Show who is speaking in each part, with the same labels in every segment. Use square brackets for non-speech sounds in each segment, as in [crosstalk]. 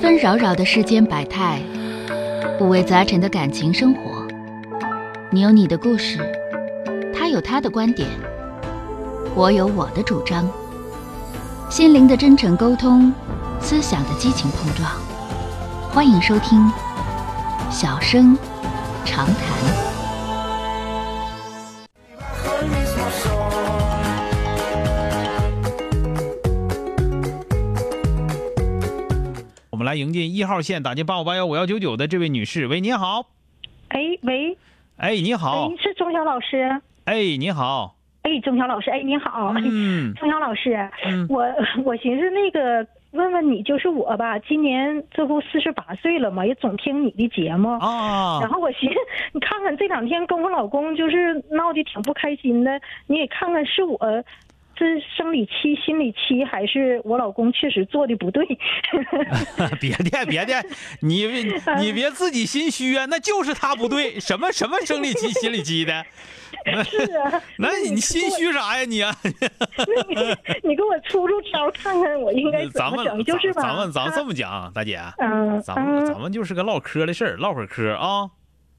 Speaker 1: 纷扰扰的世间百态，五味杂陈的感情生活。你有你的故事，他有他的观点，我有我的主张。心灵的真诚沟通，思想的激情碰撞。欢迎收听《小声长谈》。
Speaker 2: bajo el mismo sol.
Speaker 3: 我们来迎接一号线打进八五八幺五幺九九的这位女士，喂，你好，
Speaker 4: 哎，喂，
Speaker 3: 哎，你好
Speaker 4: 喂，，是钟晓老师。
Speaker 3: 哎，你好，
Speaker 4: 哎，钟晓老师，哎，你好，
Speaker 3: 嗯
Speaker 4: [laughs] 钟晓老师，
Speaker 3: 嗯
Speaker 4: 我我寻思那个问问你，就是我吧，今年这不四十八岁了嘛，也总听你的节目，
Speaker 3: 啊
Speaker 4: [laughs] 然，后我寻思你看看这两天跟我老公就是闹得挺不开心的，你也看看是我。这生理期、心理期，还是我老公确实做的不对， [laughs]
Speaker 3: 别的别的，你你别自己心虚啊，那就是他不
Speaker 4: [laughs]
Speaker 3: 对，什么什么生理期、心理期的，。
Speaker 4: 是啊
Speaker 3: 那你心虚啥呀你啊？ [laughs]
Speaker 4: 你给我，你给我出出招，看看我应该怎
Speaker 3: 咱们
Speaker 4: 么整，就是吧。
Speaker 3: 咱们咱们
Speaker 4: 他
Speaker 3: 这么讲啊，大姐，
Speaker 4: 嗯，
Speaker 3: 咱们咱们就是个唠嗑的事儿，唠会儿嗑啊，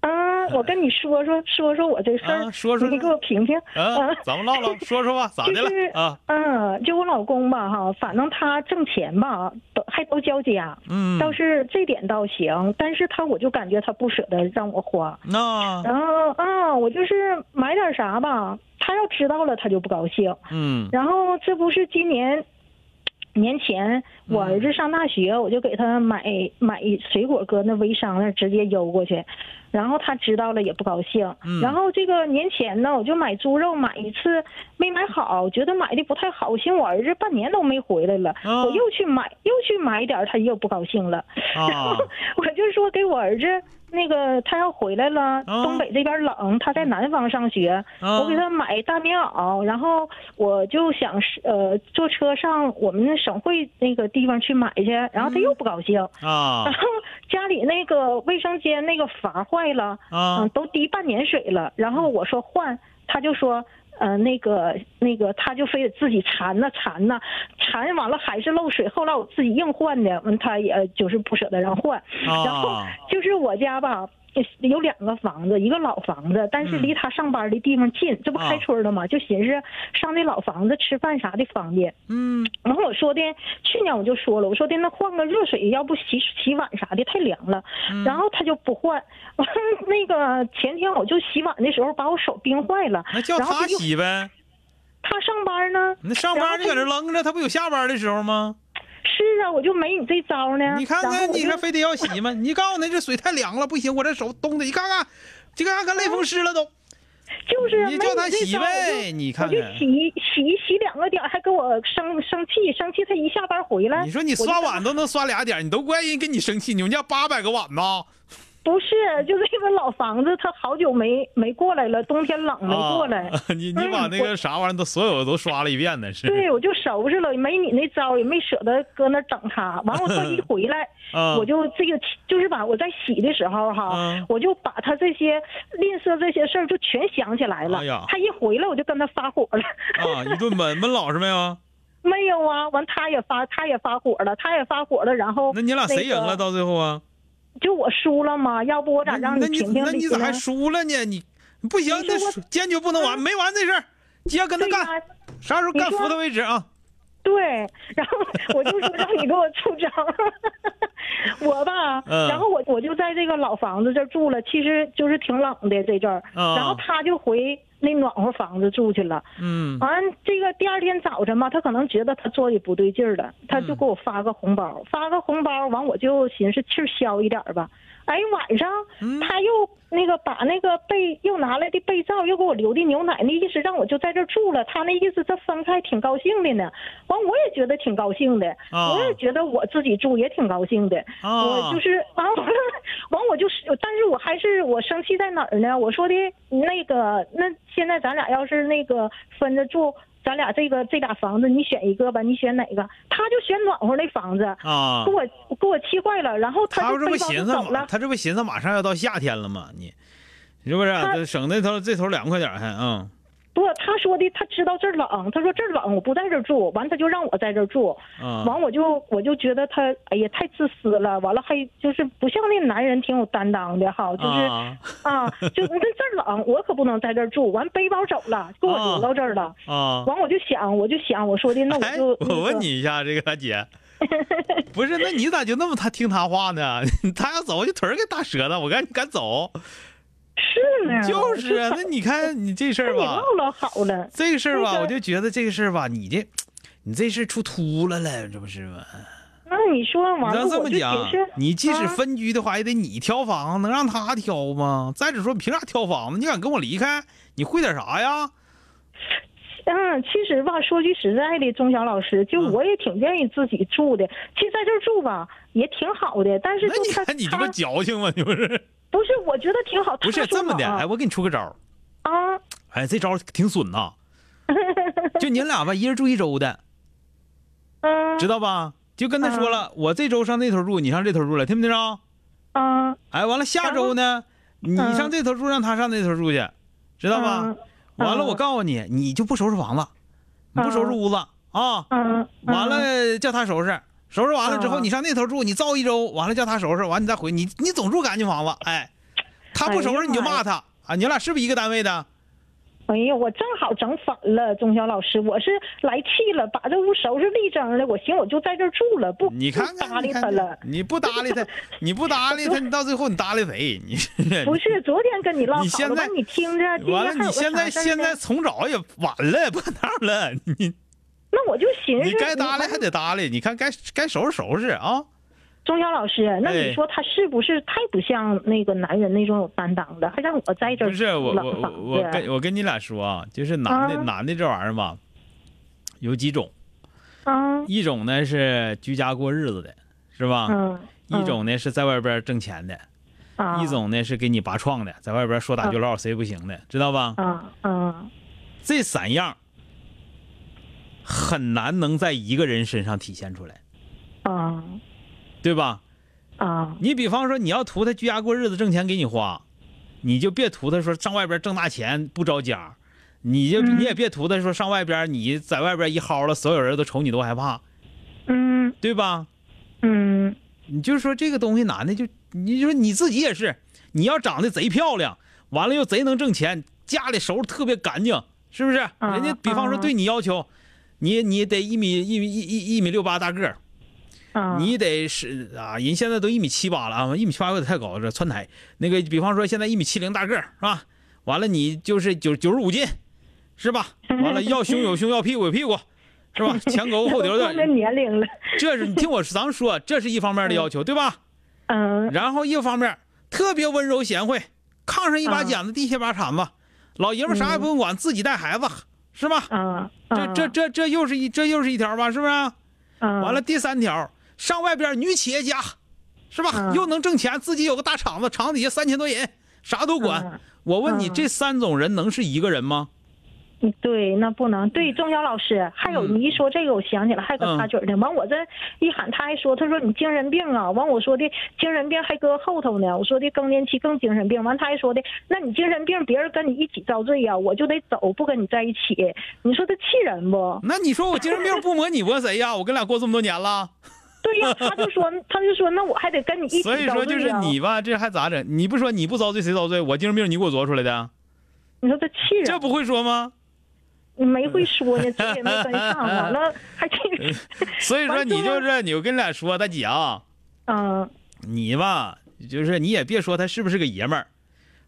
Speaker 4: 嗯，我跟你说说说说我这事儿、
Speaker 3: 啊说说
Speaker 4: 你给我评评。
Speaker 3: 嗯，咱们唠
Speaker 4: [laughs]
Speaker 3: 唠，说说吧，咋的
Speaker 4: 就是
Speaker 3: 了啊？
Speaker 4: 嗯，就我老公吧，哈，反正他挣钱吧，都还都交家，
Speaker 3: 嗯，
Speaker 4: 倒是这点倒行，但是他我就感觉他不舍得让我花，
Speaker 3: 那
Speaker 4: 然后啊、嗯，我就是买点啥吧，他要知道了他就不高兴，
Speaker 3: 嗯
Speaker 4: 然后这不是今年年前我儿子上大学，我就给他买买水果，搁那微商那儿直接邮过去，然后他知道了也不高兴。
Speaker 3: 嗯
Speaker 4: 然后这个年前呢，我就买猪肉，买一次没买好，觉得买的不太好，我寻思我儿子半年都没回来了，
Speaker 3: 啊
Speaker 4: 我又去买又去买点儿，他又不高兴了。 [laughs]
Speaker 3: 啊，
Speaker 4: 我就说给我儿子那个他要回来了，
Speaker 3: 啊
Speaker 4: 东北这边冷，他在南方上学，
Speaker 3: 啊
Speaker 4: [laughs] 我给他买大棉袄，然后我就想是呃坐车上我们省会那个地方去买去，然后他又不高兴，
Speaker 3: 啊
Speaker 4: 然后家里那个卫生间那个阀坏了，
Speaker 3: 啊
Speaker 4: [laughs] 嗯，都滴半年水了，然后我说换，他就说。呃，那个那个，他就非得自己缠呐缠呐，缠完了还是漏水。后来我自己硬换的，完他也呃就是不舍得让换。然后
Speaker 3: 啊
Speaker 4: 就是我家吧，呃有两个房子，一个老房子，但是离他上班的地方近，这不
Speaker 3: 嗯啊
Speaker 4: 开春了吗？就寻思上那老房子吃饭啥的方便。
Speaker 3: 嗯
Speaker 4: 然后我说的，去年我就说了，我说的那换个热水，要不洗洗碗啥的太凉了。
Speaker 3: 嗯
Speaker 4: 然后他就不换，完了那个前天我就洗碗的时候把我手冰坏了，
Speaker 3: 那叫
Speaker 4: 然后
Speaker 3: 他
Speaker 4: 他就
Speaker 3: 洗呗。
Speaker 4: 他上班呢。
Speaker 3: 那上班就搁这扔着，他不有下班的时候吗？
Speaker 4: 是啊，我就没你这招呢。
Speaker 3: 你看
Speaker 4: 然后
Speaker 3: 看，
Speaker 4: 我
Speaker 3: 你
Speaker 4: 就
Speaker 3: 看非得要洗吗？你告诉他这水太凉了，不行，我这手冻的，你看看，这看看跟类风湿了都。
Speaker 4: 就是
Speaker 3: 你
Speaker 4: 没你
Speaker 3: 叫他
Speaker 4: 这
Speaker 3: 洗
Speaker 4: 招我
Speaker 3: 呗
Speaker 4: 就
Speaker 3: 你
Speaker 4: 我
Speaker 3: 看
Speaker 4: 就
Speaker 3: 看
Speaker 4: 洗洗洗两个点儿，还跟我生生气，生气他一下班回来，
Speaker 3: 你说你
Speaker 4: 哎我就
Speaker 3: 刷
Speaker 4: 跟
Speaker 3: 碗都能刷俩点儿，你都怪人跟你生气，你们家八百个碗呐？
Speaker 4: 不是，就这个老房子，他好久没没过来了，冬天冷没过来。哎
Speaker 3: 啊 [laughs] 你你把那个啥玩意儿都所有的都刷了一遍呢，是
Speaker 4: 对，我就收拾了，没你那招，也没舍得搁那儿整他。完了，我这一回
Speaker 3: [laughs]
Speaker 4: 来，
Speaker 3: 啊
Speaker 4: 我就这个就是吧，我在洗的时候哈，
Speaker 3: 嗯
Speaker 4: 我就把他这些吝啬这些事儿就全想起来了。
Speaker 3: 哎呀
Speaker 4: 他一回来，我就跟他发火了。
Speaker 3: 啊，一顿闷闷老实没有？
Speaker 4: 没有啊，完他也发，他也发火了，他也发火了。然后
Speaker 3: 那你俩谁赢
Speaker 4: 那
Speaker 3: 了
Speaker 4: 个
Speaker 3: 到最后啊？
Speaker 4: 就我输了吗？要不我咋让
Speaker 3: 那你
Speaker 4: 评评理呢？啊
Speaker 3: 那你咋还输了呢？你你不行，
Speaker 4: 你说
Speaker 3: 那
Speaker 4: 我嗯
Speaker 3: 输坚决不能完，没完这事儿，今天跟他
Speaker 4: 对
Speaker 3: 干，
Speaker 4: 呀、
Speaker 3: 啥时候干
Speaker 4: 你说
Speaker 3: 服他为止啊！
Speaker 4: 啊对，然后我就说让你给我出招， [laughs] 我吧，
Speaker 3: 嗯
Speaker 4: 然后我我就在这个老房子这儿住了，其实就是挺冷的这阵儿，
Speaker 3: 啊
Speaker 4: 然后他就回那暖和房子住去了。
Speaker 3: 嗯
Speaker 4: 完、这个第二天早晨吧，他可能觉得他做的不对劲儿
Speaker 3: 嗯
Speaker 4: 了，他就给我发个红包，发个红包，完我就寻思气儿消一点儿吧。哎，晚上
Speaker 3: 嗯
Speaker 4: 他又那个把那个被又拿来的被罩又给我留的牛奶，那意思让我就在这儿住了。他那意思这分开挺高兴的呢，完我也觉得挺高兴的，
Speaker 3: 啊
Speaker 4: 我也觉得我自己住也挺高兴的。
Speaker 3: 啊
Speaker 4: 我就是完我完我就是，但是我还是我生气在哪儿呢？我说的那个，那现在咱俩要是那个分着住，咱俩这个这俩房子你选一个吧，你选哪个？他就选暖和那房子，
Speaker 3: 啊
Speaker 4: 给，我给我气坏了，然后
Speaker 3: 他
Speaker 4: 就
Speaker 3: 这
Speaker 4: 背
Speaker 3: 不
Speaker 4: 包就
Speaker 3: 寻思
Speaker 4: 走
Speaker 3: 马，
Speaker 4: 了。
Speaker 3: 他这不寻思马上要到夏天了吗？你是不是啊
Speaker 4: 他
Speaker 3: 这省那头这头凉快点儿还嗯
Speaker 4: 不，他说的他知道这儿冷，他说这儿冷，我不在这儿住，完他就让我在这儿住，
Speaker 3: 嗯，
Speaker 4: 完我就我就觉得他哎呀太自私了，完了还就是不像那男人挺有担当的哈，就是
Speaker 3: 啊
Speaker 4: 啊，就那这儿冷，我可不能在这儿住，完背包走了，给我留到这儿了，
Speaker 3: 啊，
Speaker 4: 完我就想我就想我说的那
Speaker 3: 哎
Speaker 4: 我就、
Speaker 3: 我问
Speaker 4: 你。
Speaker 3: 你一下，这个
Speaker 4: [laughs]
Speaker 3: 姐，不是，那你咋就那么他听他话呢？ [laughs] 他要走就腿儿给打折了，我赶紧赶走。
Speaker 4: 嗯是呢，
Speaker 3: 就是
Speaker 4: [laughs]
Speaker 3: 啊，那你看你这事
Speaker 4: 那
Speaker 3: 儿
Speaker 4: 你
Speaker 3: 吧，
Speaker 4: 唠唠好了，
Speaker 3: 这个事儿吧，
Speaker 4: 那个
Speaker 3: 我就觉得这个事儿吧，你这你这事儿出秃了了，这不是吗？
Speaker 4: 那你说
Speaker 3: 你
Speaker 4: 完了
Speaker 3: 要这
Speaker 4: 我
Speaker 3: 么
Speaker 4: 就
Speaker 3: 讲
Speaker 4: 寻思，
Speaker 3: 你即使
Speaker 4: 啊
Speaker 3: 分居的话，也得你挑房，能让他挑吗？再者说，凭啥挑房子？你敢跟我离开？你会点啥呀？
Speaker 4: 嗯，其实吧，说句实在的，钟晓老师，就
Speaker 3: 嗯
Speaker 4: 我也挺愿意自己住的。其实在这儿住吧，也挺好的，但是
Speaker 3: 那
Speaker 4: 就
Speaker 3: 你
Speaker 4: 他
Speaker 3: 看你这
Speaker 4: 他
Speaker 3: 不矫情吗？你不
Speaker 4: [laughs]
Speaker 3: 是？
Speaker 4: 不是，我觉得挺好。
Speaker 3: 不
Speaker 4: 他
Speaker 3: 是
Speaker 4: 说
Speaker 3: 这么的，
Speaker 4: 嘛
Speaker 3: 哎，我给你出个招儿，
Speaker 4: 啊，
Speaker 3: 哎，这招儿挺损
Speaker 4: [laughs]
Speaker 3: 呐。就你俩吧，一人住一周的，
Speaker 4: 嗯
Speaker 3: 知道吧？就跟他说了，我这周上那头住，你上这头住了，听没听着？
Speaker 4: 嗯，
Speaker 3: 哎，完了下周呢，你
Speaker 4: 嗯
Speaker 3: 上这头住，让他上那头住去，知道吧
Speaker 4: 嗯？
Speaker 3: 完了，
Speaker 4: 嗯
Speaker 3: 我告诉你，你就不收拾房子，你不收拾屋子啊，
Speaker 4: 嗯，嗯
Speaker 3: 完，了叫他收拾，收拾完了之后
Speaker 4: 嗯
Speaker 3: 你上那头住，你造一周，完了叫他收拾，完了你再回，你你总住干净房子，哎，他不收
Speaker 4: 哎
Speaker 3: 拾
Speaker 4: 呀
Speaker 3: 你就
Speaker 4: 妈呀
Speaker 3: 骂他啊，你俩是不是一个单位的？
Speaker 4: 哎呀，我正好整反了，钟晓老师，我是来气了，把这屋收拾立正了，我寻我就在这儿住了，不
Speaker 3: 你看
Speaker 4: 不
Speaker 3: 看，
Speaker 4: 搭
Speaker 3: 你
Speaker 4: 理
Speaker 3: 看
Speaker 4: 他
Speaker 3: 看
Speaker 4: 了。
Speaker 3: 你不搭
Speaker 4: [laughs]
Speaker 3: 理他，你不搭理他，你到最后你搭理谁？你 [laughs]
Speaker 4: 不是，昨天跟你唠
Speaker 3: 你
Speaker 4: 好
Speaker 3: 现
Speaker 4: 了，
Speaker 3: 在
Speaker 4: 完你听着，今
Speaker 3: 完
Speaker 4: 天还
Speaker 3: 了，
Speaker 4: 有
Speaker 3: 你现在
Speaker 4: 个啥事儿
Speaker 3: 现在
Speaker 4: 呢
Speaker 3: 重找也晚了，不可能了，你
Speaker 4: 那我就寻思
Speaker 3: 你该搭理
Speaker 4: 完
Speaker 3: 还得搭理，你看该该收拾收拾啊。
Speaker 4: 钟晓老师，那
Speaker 3: 哎
Speaker 4: 你说他是不是太不像那个男人那种有担当的，还让我在这儿
Speaker 3: 不是我
Speaker 4: 冷
Speaker 3: 我我
Speaker 4: 房
Speaker 3: 我
Speaker 4: 子
Speaker 3: 跟我跟你俩说啊，就是男的
Speaker 4: 啊
Speaker 3: 男的这玩意儿吧，有几种，
Speaker 4: 啊
Speaker 3: 一种呢是居家过日子的，是吧？
Speaker 4: 嗯
Speaker 3: 一种呢是在外边挣钱的，
Speaker 4: 啊嗯
Speaker 3: 一种呢是给你拔创的，在外边说打就唠谁也不行的，知道吧？
Speaker 4: 啊啊
Speaker 3: 这三样很难能在一个人身上体现出来，
Speaker 4: 啊
Speaker 3: 对吧？
Speaker 4: 啊
Speaker 3: 你比方说你要图他居家过日子挣钱给你花，你就别图他说上外边挣大钱不着家，你就、
Speaker 4: 嗯
Speaker 3: 你也别图他说上外边你在外边一薅了，所有人都瞅你都害怕，
Speaker 4: 嗯
Speaker 3: 对吧？
Speaker 4: 嗯
Speaker 3: 你就说这个东西男的就你就说你自己也是，你要长得贼漂亮，完了又贼能挣钱，家里收拾特别干净，是不是？
Speaker 4: 嗯
Speaker 3: 人家比方说
Speaker 4: 嗯
Speaker 3: 对你要求，你你得一米一米一一一米六八大个儿，
Speaker 4: 啊
Speaker 3: 你得是啊，人现在都一米七八了啊，一米七八有点太高了，窜台。那个比方说现在一米七零大个儿是吧？完了你就是九九十五斤，是吧？完了要胸有胸，要屁股有屁股，是
Speaker 4: [laughs]
Speaker 3: 吧？前狗后
Speaker 4: 都
Speaker 3: 丢
Speaker 4: 到
Speaker 3: 的
Speaker 4: 那，年龄了，
Speaker 3: 这是你听我咱们说，这是一方面的要求，对吧？
Speaker 4: 嗯
Speaker 3: 然后一方面特别温柔贤惠，炕上一把剪子，地下一把铲子，老爷们儿啥也不用管，自己带孩子，是吧？
Speaker 4: 啊
Speaker 3: 这这这这又是一这又是一条吧，是不啊是？
Speaker 4: 完
Speaker 3: 完了，第三条，上外边女企业家，是吧？
Speaker 4: 嗯
Speaker 3: 又能挣钱，自己有个大厂子，厂底下三千多人，啥都管
Speaker 4: 嗯。
Speaker 3: 我问你，
Speaker 4: 嗯
Speaker 3: 这三种人能是一个人吗？
Speaker 4: 对，那不能对钟晓老师，还有
Speaker 3: 嗯
Speaker 4: 你一说这个，我想起来还有个插曲呢。完、我这一喊，他还说，他说你精神病啊。完我说的精神病还搁后头呢，我说的更年期更精神病。完他还说的，那你精神病别人跟你一起遭罪呀、啊我就得走，不跟你在一起。你说他气人不？
Speaker 3: 那你说我精神病不磨你磨谁呀？我跟俩过这么多年了，
Speaker 4: 对呀、他就说，他就说，那我还得跟你一起遭
Speaker 3: 所
Speaker 4: 罪、啊
Speaker 3: 以
Speaker 4: 呀。
Speaker 3: 说就是你吧，这还咋整？你不说你不遭罪谁遭罪？我精神病你给我琢出来的，
Speaker 4: 你说他气人，
Speaker 3: 这不会说吗？
Speaker 4: 你没会说
Speaker 3: [laughs]
Speaker 4: 呢，这也没跟上，完了还这，
Speaker 3: 所以说
Speaker 4: 完之后
Speaker 3: 你就是你，我跟你俩说，大姐啊，
Speaker 4: 嗯，
Speaker 3: 你吧，就是你也别说他是不是个爷们儿，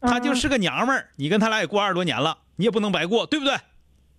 Speaker 4: 嗯
Speaker 3: 他就是个娘们儿。你跟他俩也过二十多年了，你也不能白过，对不对？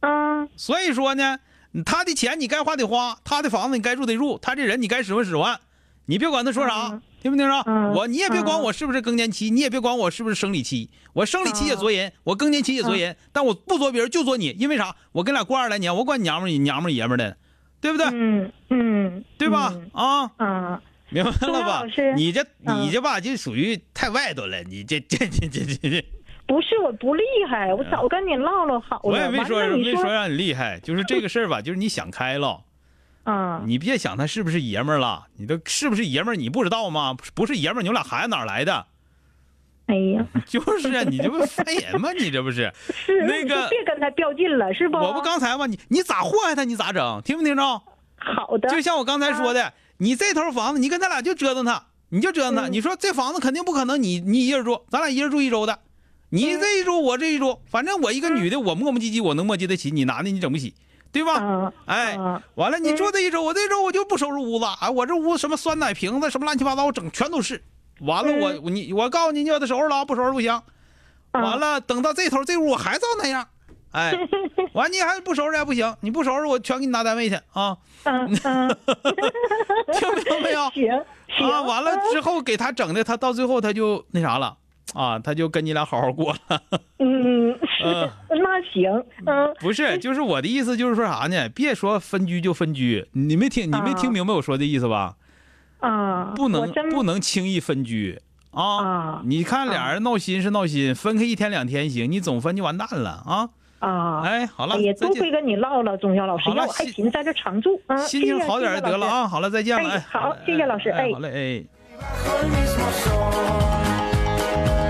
Speaker 4: 嗯，
Speaker 3: 所以说呢，他的钱你该花得花，他的房子你该住得住，他这人你该使唤使唤，你别管他说啥，
Speaker 4: 嗯
Speaker 3: 听没听着？
Speaker 4: 嗯
Speaker 3: 我你也别管我是不是更年期，你也别管我是不是生理期，我生理期也
Speaker 4: 嗯
Speaker 3: 作人，我更年期也作人，但我不作别人就作你，因为啥？我跟俩过二十来年，我管你娘们儿娘们儿爷们儿的，对不 [laughs] 对？
Speaker 4: 嗯嗯，
Speaker 3: 对吧？
Speaker 4: 嗯
Speaker 3: 啊，
Speaker 4: 嗯
Speaker 3: 明白了吧
Speaker 4: 老师？
Speaker 3: 你这
Speaker 4: 嗯
Speaker 3: 你这吧，就属于太外头了，你这这这这这这，
Speaker 4: 不是我不厉害，我早跟你唠唠好
Speaker 3: 哎
Speaker 4: 了。
Speaker 3: 我也没说
Speaker 4: 完了
Speaker 3: 没
Speaker 4: 你
Speaker 3: 说让你厉害，就是这个事儿吧，就是你想开了。
Speaker 4: 啊，
Speaker 3: 你别想他是不是爷们儿了，你都是不是爷们儿，你不知道吗？不是不是爷们儿，你有俩孩子哪儿来的？
Speaker 4: 哎呀，
Speaker 3: [laughs] 就是啊，你这不烦人吗？你这不
Speaker 4: [laughs]
Speaker 3: 是？
Speaker 4: 是
Speaker 3: 那
Speaker 4: 你
Speaker 3: 个
Speaker 4: 就别跟他较劲了，是不？
Speaker 3: 我不刚才吗？你你咋祸害他，你咋整？听没听着？
Speaker 4: 好的，
Speaker 3: 就像我刚才说的，你这头房子，你跟咱俩就折腾他，你就折腾他。
Speaker 4: 啊嗯
Speaker 3: 你说这房子肯定不可能你你一人住，咱俩一人住一周的，你
Speaker 4: 嗯
Speaker 3: 这一周我这一周，反正我一个女的我磨磨唧唧我能磨叽得起，你男的你整不起，对吧？
Speaker 4: 嗯，
Speaker 3: 哎
Speaker 4: 嗯，
Speaker 3: 完了你住这一周，我这周我就不收拾屋子，哎，我这屋什么酸奶瓶子什么乱七八糟，我整全都是。完了我我你我告诉你，你要得收拾了啊，不收拾不行。
Speaker 4: 嗯
Speaker 3: 完了，等到这头这屋我还照那样，
Speaker 4: [laughs]
Speaker 3: 哎，完你还不收拾还不行，你不收拾我全给你拿单位去啊， [laughs]
Speaker 4: 嗯嗯，
Speaker 3: 听明白没有？
Speaker 4: 行行，
Speaker 3: 啊，完了之后给他整的，他到最后他就那啥了啊，他就跟你俩好好过了。 [laughs]
Speaker 4: 嗯，
Speaker 3: 嗯
Speaker 4: 嗯，那行，嗯，
Speaker 3: 不是，就是我的意思就是说啥呢？别说分居就分居，你没听你没听
Speaker 4: 啊
Speaker 3: 明白我说的意思吧？
Speaker 4: 啊，
Speaker 3: 不
Speaker 4: 我
Speaker 3: 能
Speaker 4: 真
Speaker 3: 不能轻易分居啊！
Speaker 4: 啊
Speaker 3: 你看俩人闹心是闹心，分开一天两天行，你总分就完蛋了啊！
Speaker 4: 啊，
Speaker 3: 哎，好了
Speaker 4: 哎呀，，
Speaker 3: 再
Speaker 4: 多亏
Speaker 3: 见，
Speaker 4: 跟你唠唠，钟晓老师，
Speaker 3: 好了
Speaker 4: 要我还
Speaker 3: 心
Speaker 4: 寻思在这常住啊，
Speaker 3: 心
Speaker 4: 谢
Speaker 3: 情
Speaker 4: 谢
Speaker 3: 好点
Speaker 4: 谢
Speaker 3: 儿
Speaker 4: 谢
Speaker 3: 得了
Speaker 4: 老师
Speaker 3: 啊！好了，再见了，
Speaker 4: 哎
Speaker 3: 哎，
Speaker 4: 好谢谢老师
Speaker 3: 哎，
Speaker 4: 哎
Speaker 3: 好嘞，哎。
Speaker 2: bajo el mismo sol. 。